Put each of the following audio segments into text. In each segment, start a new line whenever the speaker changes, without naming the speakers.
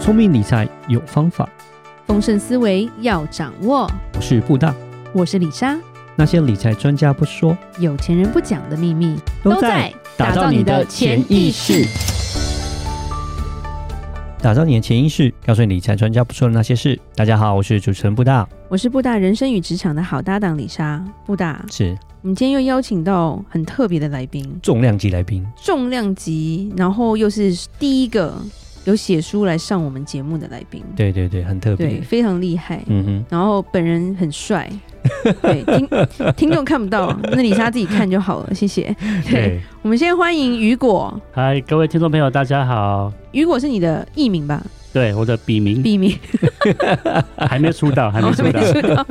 聪明理财有方法，
丰盛思维要掌握。
我是布大。
我是李莎，
那些理财专家不说，
有钱人不讲的秘密
打造你的潜意识。，打造你的潜意识，告诉你理财专家不说的那些事。大家好，我是主持人布大，
我是布大人生与职场的好搭档李莎。布大，
是
我们今天又邀请到很特别的来宾，
重量级来宾。
重量级，然后又是第一个有写书来上我们节目的来宾，
对对对，很特别。
非常厉害。
嗯 哼，
然后本人 很帅，对，听听众看不到，那李莎自己看就好了，谢谢。对，
对，
我们先欢迎雨果，
嗨，各位听众朋友，大家好。
雨果是你的艺名吧？
对，我的笔
嗯
名
笔名。
还没出道，还没出道。
道。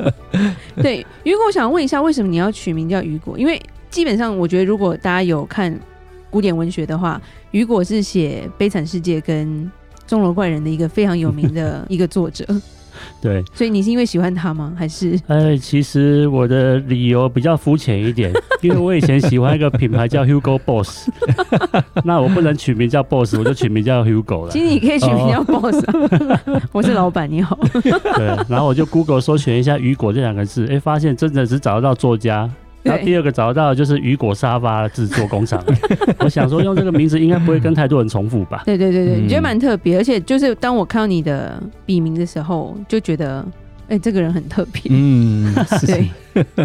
对，雨果，我想问一下，为什么你要取名叫雨果？因为基本上，我觉得如果大家有看古典文学的话，雨果是写《悲惨世界》跟《钟楼怪人》的一个非常有名 的一个作者，
对，
所以你是因为喜欢他吗？还是
哎，其实我的理由比较肤浅一 点，因为我以前喜欢一个品牌叫 Hugo Boss，那我不能取名叫 Boss，我就取名叫 Hugo 了
其。实你可以取名叫 boss？、啊 我是老板，你好。
对，然后我就 Google 搜寻一下“雨果”这两个字，哎，发现真的只找得到作家。然后
对
第二个找到的就是雨果沙发制作 工厂，我想说用这个名字应该不会跟太多人重复吧？
对对对对，
嗯
你觉得蛮特别，而且就是当我看到你的笔名的时候，就觉得，哎、这个人很特别。
嗯，是
对，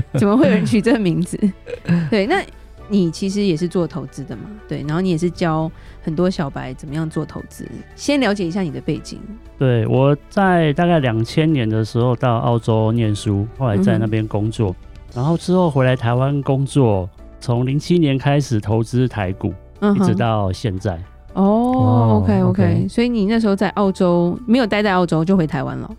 怎么会有人取这个名字？ 对，那你其实也是做投资的嘛？对，然后你也是教很多小白怎么样做投资。先了解一下你的背景，
对，我在大概两千年的时候到澳洲念书，后来
嗯
在
哼
那边工作，然后之后回来台湾工作，从零七年开始投资台股，
嗯
一直到现在。
哦
哦
，OK OK，
OK
所以你那时候在澳洲没有待在澳洲就回台湾了，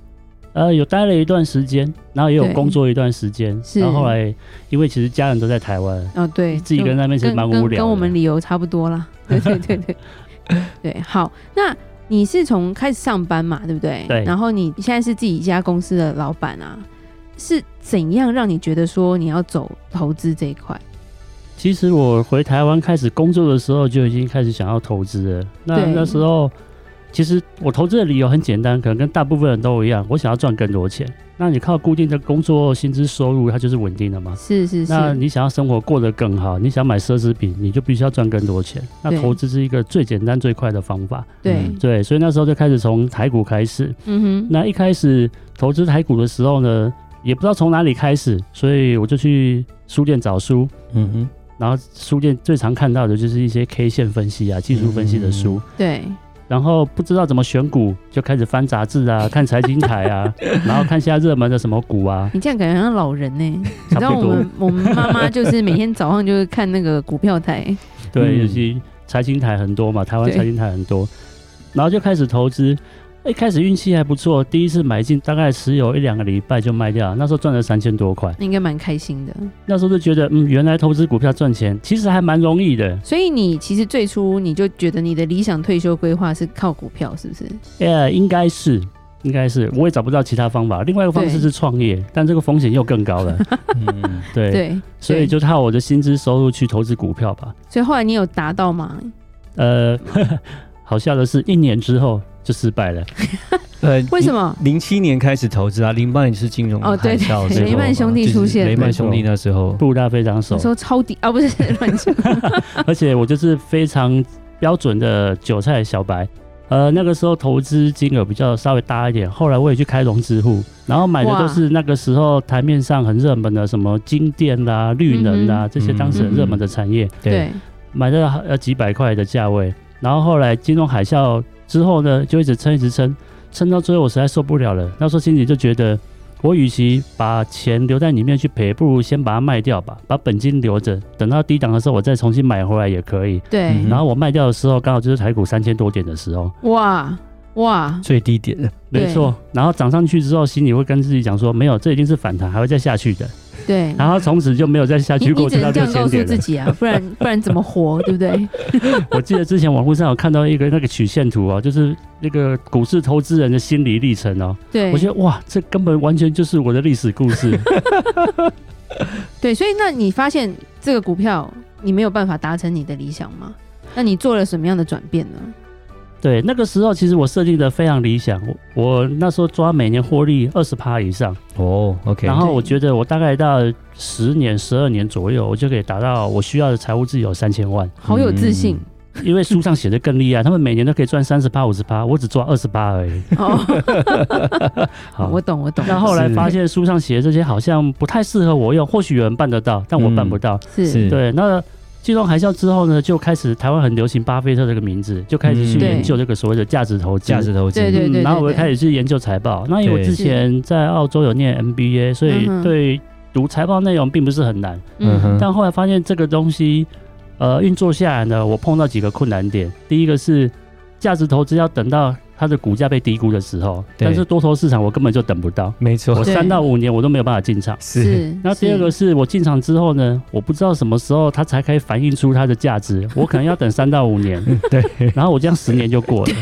呃，有待了一段时间，然后也有
对
工作一段时间，
是
然后后来因为其实家人都在台湾，
哦，对，
自己一个人在那边其实
跟
蛮
跟
无聊的。
跟我们理由差不多 啦。对对对对对，好，那。你是从开始上班嘛，对不对？
对
然后你现在是自己一家公司的老板啊，是怎样让你觉得说你要走投资这一块？
其实我回台湾开始工作的时候，就已经开始想要投资了。那
对
那时候，其实我投资的理由很简单，可能跟大部分人都一样，我想要赚更多钱。那你靠固定的工作薪资收入，它就是稳定的嘛。
是是是，
那你想要生活过得更好，你想买奢侈品，你就必须要赚更多钱。那
对
投资是一个最简单最快的方法。
对
嗯，
对，所以那时候就开始从台股开始。
嗯哼，
那一开始投资台股的时候呢，也不知道从哪里开始，所以我就去书店找书。
嗯哼，
然后书店最常看到的就是一些 K 线分析啊、技术分析的书，
对，
然后不知道怎么选股，就开始翻杂志 啊、看财经台啊，然后看一下热门的什么股啊，
你这样感觉像老人 呢、你知
差
道
不
我
多
们我们妈妈就是每天早上就是看那个股票台，
嗯
对，尤其财经台很多嘛，台湾
对
财经台很多，然后就开始投资。一开始运气还不错，第一次买进大概持有一两个礼拜就卖掉，那时候赚了三千多块。
那应该蛮开心的。
那时候就觉得，嗯，原来投资股票赚钱其实还蛮容易的，
所以你其实最初你就觉得你的理想退休规划是靠股票，是不是？
呃，应该是，应该是，我也找不到其他方法。另外一个方式
对
是创业，但这个风险又更 高了。
嗯，
对，
对，
所以就靠我的薪资收入去投资股票吧。
所以后来你有达到吗？
呃， 好笑的是，一年之后就失败了。
呃，
为什
嗯
么？
零七年开始投资啊，零八年是金融
哦
海啸
对对
的时候嘛，
雷曼
兄弟
就是
出现
雷曼兄弟那时候，
布大非常熟
我，说抄底啊，不是乱 讲，
而且我就是非常标准的韭菜小白。呃，那个时候投资金额比较稍微大一点，后来我也去开融资户，然后买的
哇
都是那个时候台面上很热门的什么金电啦、绿能啦、
嗯
这些当时很热门的产业。
对，
买到呃几百块的价位，然后后来金融海啸之后呢，就一直撑一直撑，撑到最后我实在受不了了。那时候心里就觉得，我与其把钱留在里面去赔，不如先把它卖掉吧，把本金留着，等到低档的时候我再重新买回来也可以。
对，
嗯
然后我卖掉的时候，刚好就是台股三千多点的时候，
哇哇，
最低点的，
对
没错。然后涨上去之后，心里会跟自己讲说，没有，这已经是反弹，还会再下去的。
对。
然后从此就没有再下
你
去
你
过，
只
直到
能这
六
样告
千
诉
点了
自。己啊，不然 不然怎么活，对不对？
我记得之前网络上有看到一个那个曲线图哦，就是那个股市投资人的心理历程哦。
对，
我觉得哇，这根本完全就是我的历史故 事。
对，所以那你发现这个股票你没有办法达成你的理想吗？那你做了什么样的转变呢？
对，那个时候其实我设定的非常理想，我我那时候抓每年获利二十趴以上，
哦，OK，
然后我觉得我大概到十年、十二年左右，我就可以达到我需要的财务自由三千万。
好有自信、
因为书上写的更厉害，他们每年都可以赚三十趴、五十趴，我只抓二十趴而已。
哦。
好
我懂，我懂。
那后来发现书上写的这些好像不太适合我用，或许有人办得到，但我办
嗯
不到。
是
是
对，那金融海啸之后呢，就开始台湾很流行巴菲特这个名字，就开始去
嗯
研究这个所谓的价值投资。
价值投资，
对对
嗯然后我就开始去研究财报。那因为我
对
之前在澳洲有念 MBA，所以
嗯哼
对读财报内容并不是很难。
嗯哼
但后来发现这个东西，呃，运作下来呢，我碰到几个困难点。第一个是价值投资要等到它的股价被低估的时候，
对
但是多头市场我根本就等不到，
没
我
错，
对
三到五年我都没有办法进场。
是
是。
那第二个
是
是我进场之后呢，我不知道什么时候它才可以反映出它的价值，我可能要等三到五年，
对，
然后我这样十年就过了。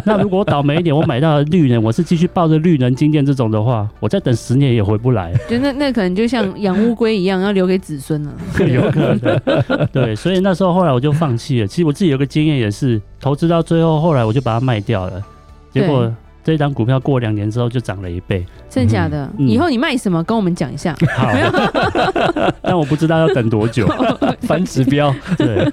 那如果我倒霉一点，我买到了绿能，我是继续抱着绿能经验这种的话，我再等十年也回不来，
就那那可能就像养乌龟一样，要留给子孙了。
有可能。 对，所以那时候后来我就放弃了。其实我自己有个经验也是，投资到最后，后来我就把它卖掉了，结果
对。
这一档股票过两年之后就涨了一倍，
真的假的？
嗯
以后你卖什么，跟我们讲一 下。
好，但我不知道要等多 久。
反指标，
对，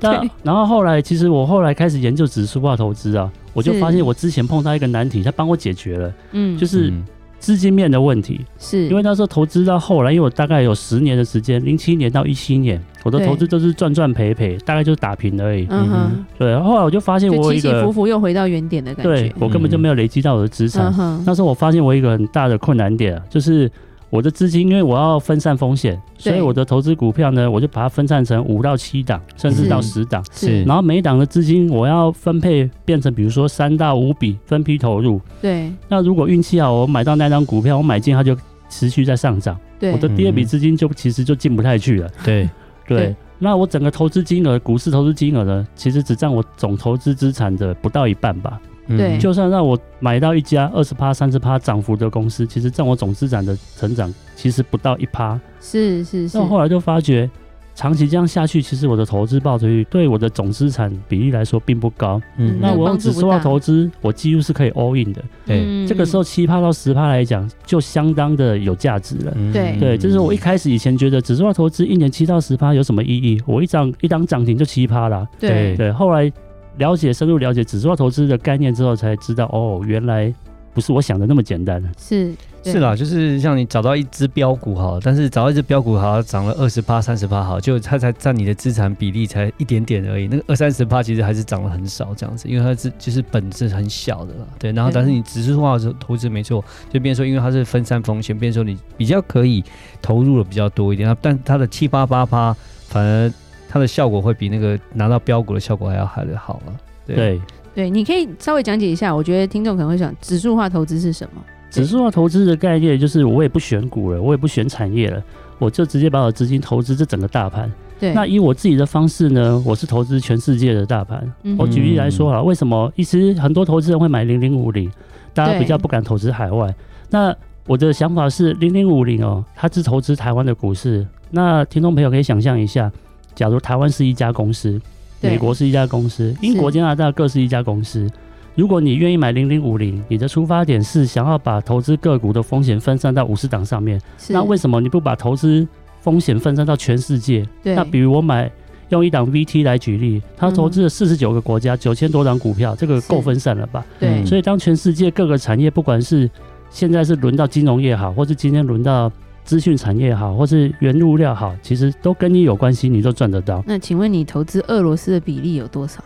但然后后来，其实我后来开始研究指数化投资啊，我就是发现我之前碰到一个难题，他帮我解决了，
嗯，
就是是
嗯
资金面的问题。
是
因为那时候投资到后来，因为我大概有十年的时间，零七年到一七年，我的
对
投资都是赚赚赔赔，大概就是打平而已。
嗯
嗯
哼，
对，后来我就发现
就
我有
起
一
起伏
个，
伏又回到原点的感
对
觉。
我根本就没有累积到我的资产
嗯。哼，
那时候我发现我有一个很大的困难点啊，就是我的资金，因为我要分散风险，所以
对
我的投资股票呢，我就把它分散成五到七档，甚至到
是
十档。
是
然后每一档的资金我要分配变成，比如说三到五笔分批投入。
对
那如果运气好，我买到那张股票，我买进它就持续在上涨，
对
我的第二笔
嗯
资金就其实就进不太去了。
对，
对，
对
那我整个投资金额，股市投资金额呢，其实只占我总投资资产的不到一半吧。
嗯
对
就算让我买到一家二十趴、三十趴涨幅的公司，其实占我总资产的成长其实不到一趴。
是是是
那我，后来就发觉，长期这样下去，其实我的投资报酬率对我的总资产比例来说并不高。
嗯
那
那
我用
帮助
指
不
数化
大
投资，我几乎是可以 all in 的。
对，
嗯
这个时候七趴到十趴来讲，就相当的有价值了。
嗯
对
对，就是我一开始以前觉得指数化投资一年七到十趴有什么意义？我一涨一档涨停就七趴啦。
对
对
对，后来了解深入了解指数化投资的概念之后，才知道哦，原来不是我想的那么简单。
是
是，啦，就是像你找到一只标股好了，但是找到一只标股好像涨了二十趴、三十趴好，就它才占你的资产比例才一点点而已，那个二三十趴其实还是涨了很少这样子，因为它是就是本质很小的啦。对，然后
对
但是你指数化的投资没错，就变成说因为它是分散风险，变成说你比较可以投入的比较多一点，那但它的七八八趴反而它的效果会比那个拿到标股的效果还要还得好啊。
对，
对，你可以稍微讲解一下，我觉得听众可能会想，指数化投资是什么？
指数化投资的概念就是我也不选股了，我也不选产业了，我就直接把我资金投资这整个大盘。
对，
那以我自己的方式呢，我是投资全世界的大盘。
嗯
我
哼
举例来说啊，为什么其实很多投资人会买零零五零，大家比较不敢投资海外？那我的想法是，零零五零哦，它是投资台湾的股市。那听众朋友可以想象一下，假如台湾是一家公司，
对
美国是一家公司，英国、
是
加拿大各是一家公司。如果你愿意买零零五零，你的出发点是想要把投资个股的风险分散到五十档上面，
是
那为什么你不把投资风险分散到全世界？
对
那比如我买用一档 VT 来举例，它投资了四十九个国家，九千多档股票，这个
嗯是
够分散了吧？
对。
嗯
所以当全世界各个产业，不管是现在是轮到金融业好，或是今天轮到资讯产业好，或是原物料好，其实都跟你有关系，你都赚得到
那请问你投资俄罗斯的比例有多少？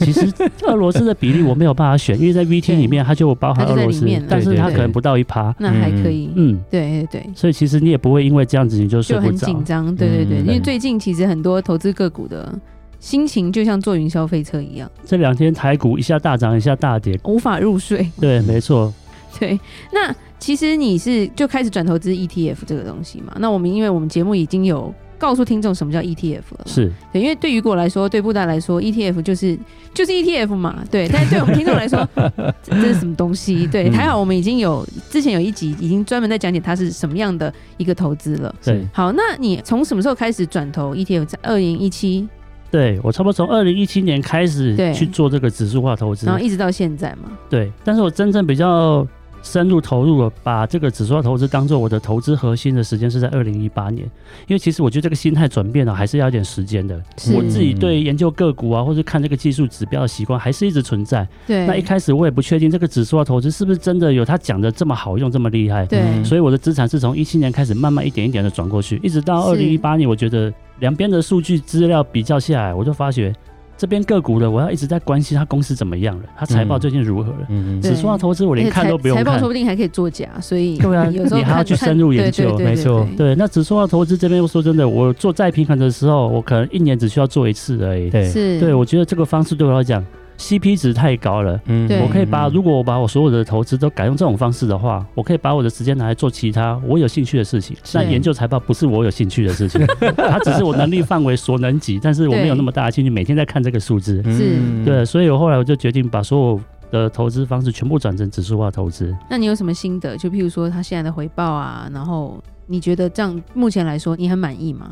其实俄罗斯的比例我没有办法选，因为在 VT
对
里面它就包含
它
俄
就在
罗
里
斯
面了，
但是它
对对
可能不到一趴。
那还可以，
嗯，
对对对，
所以其实你也不会因为这样子你就睡
就
不
很
着
紧。张，对对对，
嗯
因为最近其实很多投资个股的心情就像坐云霄飞车一样，
这两天台股一下大涨，一下大跌。
无法入睡。
对，没错，
对，那其实你是就开始转投资 ETF 这个东西嘛？那我们因为我们节目已经有告诉听众什么叫 ETF 了，
是
对，因为对于我来说，对布达来说，ETF 就是就是 ETF 嘛，对。但是对我们听众来说， 这这是什么东西？对，
嗯
还好我们已经有之前有一集已经专门在讲解它是什么样的一个投资了。
对
是
E 好，那你从什么时候开始转投 ETF？在二零一七
对我差不多从二零一七年开始
对
去做这个指数化投资
然，后一直到现在嘛，
对，但是我真正比较深入投入了，把这个指数化投资当做我的投资核心的时间是在二零一八年，因为其实我觉得这个心态转变了，啊还是要一点时间的。
是
我自己对研究个股啊，或是看这个技术指标的习惯，还是一直存在。
对，
那一开始我也不确定这个指数化投资是不是真的有他讲的这么好用，这么厉害。
对
嗯
所以我的资产是从一七年开始慢慢一点一点的转过去，一直到二
是
零一八年，我觉得两边的数据资料比较下来，我就发觉这边个股的我要一直在关心它公司怎么样了，它财报
嗯
最近如何了。
嗯
对
指数化投资我
而
连
且
看
财
都不用
哎财报
看
说。不定还可以作假，所以
对啊
有时候
你还要
看
去
看
深入研究
对对对
没
对
错
对
对，那指数化投资这边说真的，我做再平衡的时候，我可能一年只需要做一次而已。
对，
是，
对，我觉得这个方式对我来讲，CP 值太高了。
嗯
对
我可以把如果我把我所有的投资都改用这种方式的话，我可以把我的时间拿来做其他我有兴趣的事情。
是
那研究财报不是我有兴趣的 事情，它只是我能力范围所能及，但是我没有那么大的兴趣每天在看这个数字。
嗯
是
对，，所以我后来我就决定把所有的投资方式全部转成指数化投资。
那你有什么心得？就譬如说他现在的回报啊，然后你觉得这样目前来说你很满意吗？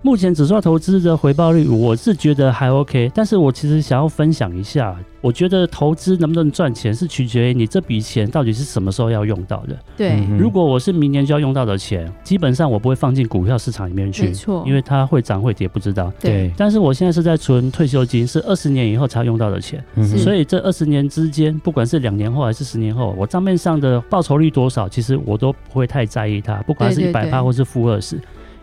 目前指数化投资的回报率，我是觉得还 OK，但是我其实想要分享一下，我觉得投资能不能赚钱是取决于你这笔钱到底是什么时候要用到的。
对，
嗯
如果我是明年就要用到的钱，基本上我不会放进股票市场里面
没
去，
错，
因为它会涨会跌不知道。
对
对，
但是我现在是在存退休金，是二十年以后才用到的钱，
嗯
是
所以这二十年之间，不管是两年后还是十年后，我账面上的报酬率多少，其实我都不会太在意它，不管是
对
一
对
百
对
趴或是负二十，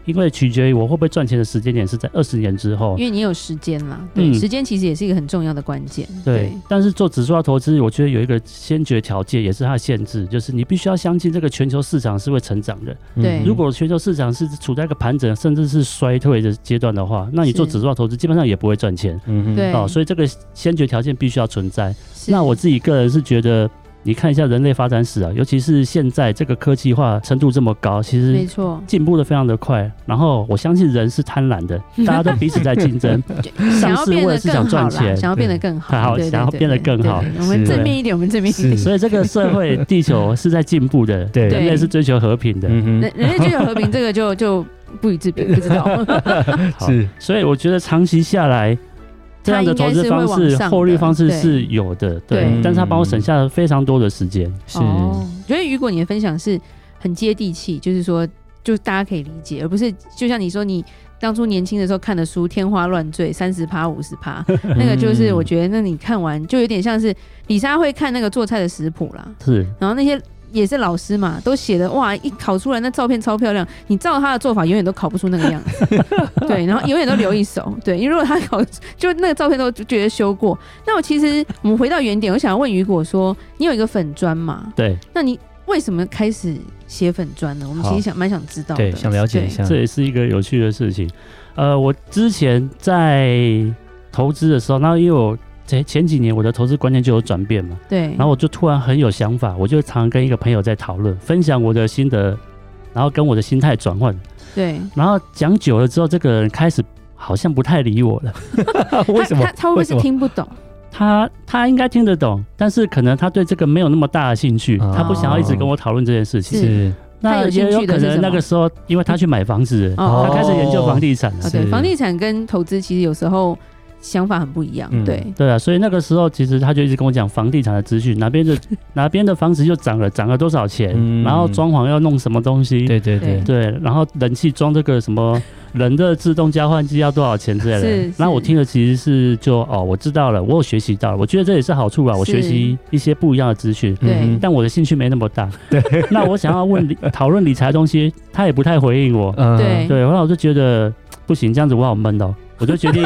因为取决于我会不会赚钱的时间点是在二十年之后
因。为你有时间啦，对，
嗯
时间其实也是一个很重要的关键，
对，但是做指数化投资，我觉得有一个先决条件，也是它的限制，就是你必须要相信这个全球市场是会成长的。
对
如果全球市场是处在一个盘整甚至是衰退的阶段的话，那你做
是
指数化投资基本上也不会赚钱
嗯
对
哦，所以这个先决条件必须要存在。
是
那我自己个人是觉得，你看一下人类发展史啊，尤其是现在这个科技化程度这么高，其
没
实。
错，
进步的非常的快，然后我相信人是贪婪的，大家都彼此在竞 争，
想要
市
变
为
得
了是
更
想
好
赚
啦，
钱
想要变得更
对
好，
好
对对
想要
对
变得
对
更好
对对我们
是
正面一点，我们正面一点。
是
所以这个社会地球是在进步的，
对
人类是追求和平的，
嗯
人人类追求和平，这个就就不予置评，不知道。
好
是
所以我觉得长期下来，这样的投资方
它应该是会往
式
上的
获利方式是有的，
对
对。
对
但是它帮我省下了非常多的时间，
是，
哦，我觉得雨果你的分享是很接地气，就是说，就大家可以理解，而不是就像你说，你当初年轻的时候看的书天花乱坠，三十趴、五十趴，那个就是我觉得，那你看完就有点像是李莎会看那个做菜的食谱啦，
是
然后那些。也是老师嘛，都写的哇，一烤出来那照片超漂亮。你照他的做法，永远都烤不出那个样子。对，然后永远都留一手。对，因为如果他烤，就那个照片都觉得修过。那我其实我们回到原点，我想要问雨果说，你有一个粉砖嘛？
对，
那你为什么开始写粉砖呢？我们其实
好
想蛮想知道的，
对，想了解一下，
这也是一个有趣的事情。呃，我之前在投资的时候，那因为我前前几年我的投资观念就有转变嘛，
对。对，
然后我就突然很有想法，我就常跟一个朋友在讨论，分享我的心得，然后跟我的心态转换，
对，
然后讲久了之后，这个人开始好像不太理我了。
为什么
他他他会不会
为什
是
么
听不懂？
他他应该听得懂，但是可能他对这个没有那么大的兴趣，
哦
他不想要一直跟我讨论这件事情。
是
是
他
那
有兴
也有
趣的
可
是什么
能那个时候，因为他去买房子了，
哦
他开始研究房地产了。
哦，对，
是
房地产跟投资其实有时候想法很不一样，
嗯
对，
对啊，所以那个时候其实他就一直跟我讲房地产的资讯，哪 边的哪边的房子又涨了，涨了多少钱，
嗯
然后装潢要弄什么东西，
对对对
对
对然后冷气装这个 什么冷热自动交换机要多少钱之类
是
的。那我
是
听了其实是就哦，我知道了，我有学习到了，我觉得这也是好处啊，我
是
学习一些不一样的资讯。
对
嗯
但我的兴趣没那么大。对，那我想要问理讨论理财的东西，他也不太回应我。
嗯
对
对，后来我就觉得不行，这样子我好闷哦、我就决定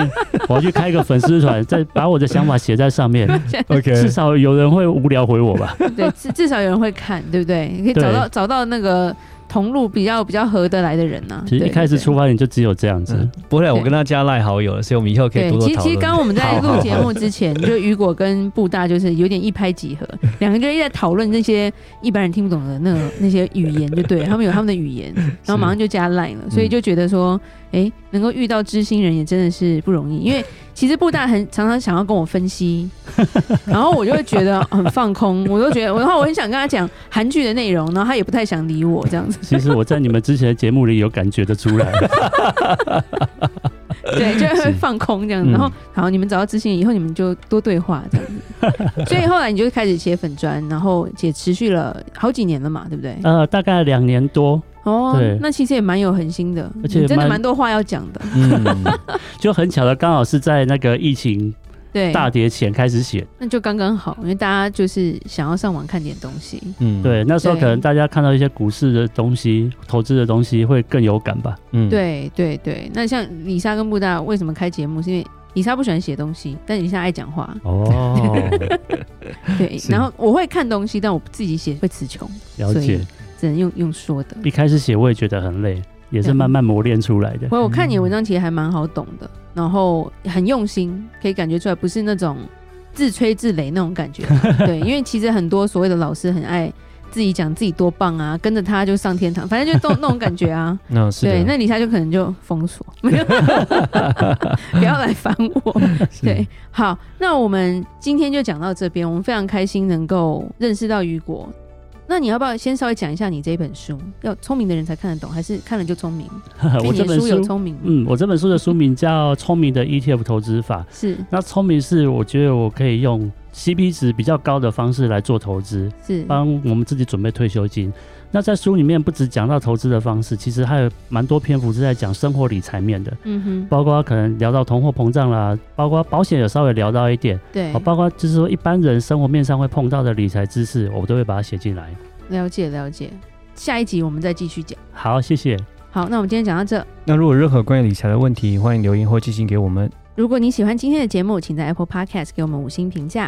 我要去开一个粉丝团，再把我的想法写在上面，
，OK，
至少有人会无聊回我吧。
对， 至至少有人会看，对不对？你可以
对
找到找到那个同路比较比较合得来的人呐。
其实
对
一开始
对
出发点就只有这样子
嗯。不会，我跟他加赖好友了，所以我们以后可以
对，
多多
其实
讨
其
论。
实刚刚我们在 录节目之前，就雨果跟布大就是有点一拍即合，两个人就一直在讨论那些一般人听不懂的那个那些语言，就对他们有他们的语 言，然后马上就加 line 了，所以就觉得说，哎、能够遇到知心人也真的是不容易，因为其实布大很常常想要跟我分析，然后我就会觉得很放空，我都觉得，然后我很想跟他讲韩剧的内容，然后他也不太想理我这样子，
其实我在你们之前的节目里有感觉得出来，
对，就会放空这样子。
嗯
然后，好，你们找到自信以后，你们就多对话这样 子。所以后来你就开始写粉砖，然后也持续了好几年了嘛，对 不对？
呃，大概两年多，
哦
对，
那其实也蛮有恒心的，
而且
你真的
蛮
蛮多话要讲的。
嗯，
就很巧的，刚好是在那个疫情
对，
大跌前开始写。
那就刚刚好，因为大家就是想要上网看点东西。
嗯，
对，那时候可能大家看到一些股市的东西、投资的东西会更有感吧。
嗯，
对对对，那像李莎跟布大为什么开节目，是因为李莎不喜欢写东西，但李莎爱讲话。
哦，
对，
是
然后我会看东西，但我自己写会词穷，
了
所
解
以。只能用用说的。
一开始写我也觉得很累，也
嗯
是慢慢磨练出来 的。
我我看你的文章其实还蛮好懂的，然后很用心，可以感觉出来不是那种自吹自擂那种 感觉。对，因为其实很多所谓的老师很爱自己讲自己多棒啊，跟着他就上天堂，反正就都那种感觉啊。
那 是的
对，那李莎就可能就 封锁， 没有，不要来烦我。
是
对，好，那我们今天就讲到这边，我们非常开心能够认识到雨果。那你要不要先稍微讲一下你这本书？要聪明的人才看得懂，还是看了就聪明？
呃我
你
这
的
本
书有
书，
聪明吗？
嗯，我这本书的书名叫《聪明的 ETF 投资法》。
是
那聪明是我觉得我可以用 CP 值比较高的方式来做投资，
是，
帮我们自己准备退休金。那在书里面不只讲到投资的方式，其实还有蛮多篇幅是在讲生活理财面的，
嗯哼，
包括可能聊到通货膨胀啦，包括保险有稍微聊到一点，哦
对
好，，包括就是说一般人生活面上会碰到的理财知识，我都会把它写进来。
了解了解。下一集我们再继续讲。
好，谢谢。
好，那我们今天讲到这。
那如果有任何关于理财的问题，欢迎留言或寄信给我们。
如果你喜欢今天的节目，请在 Apple Podcast 给我们五星评价。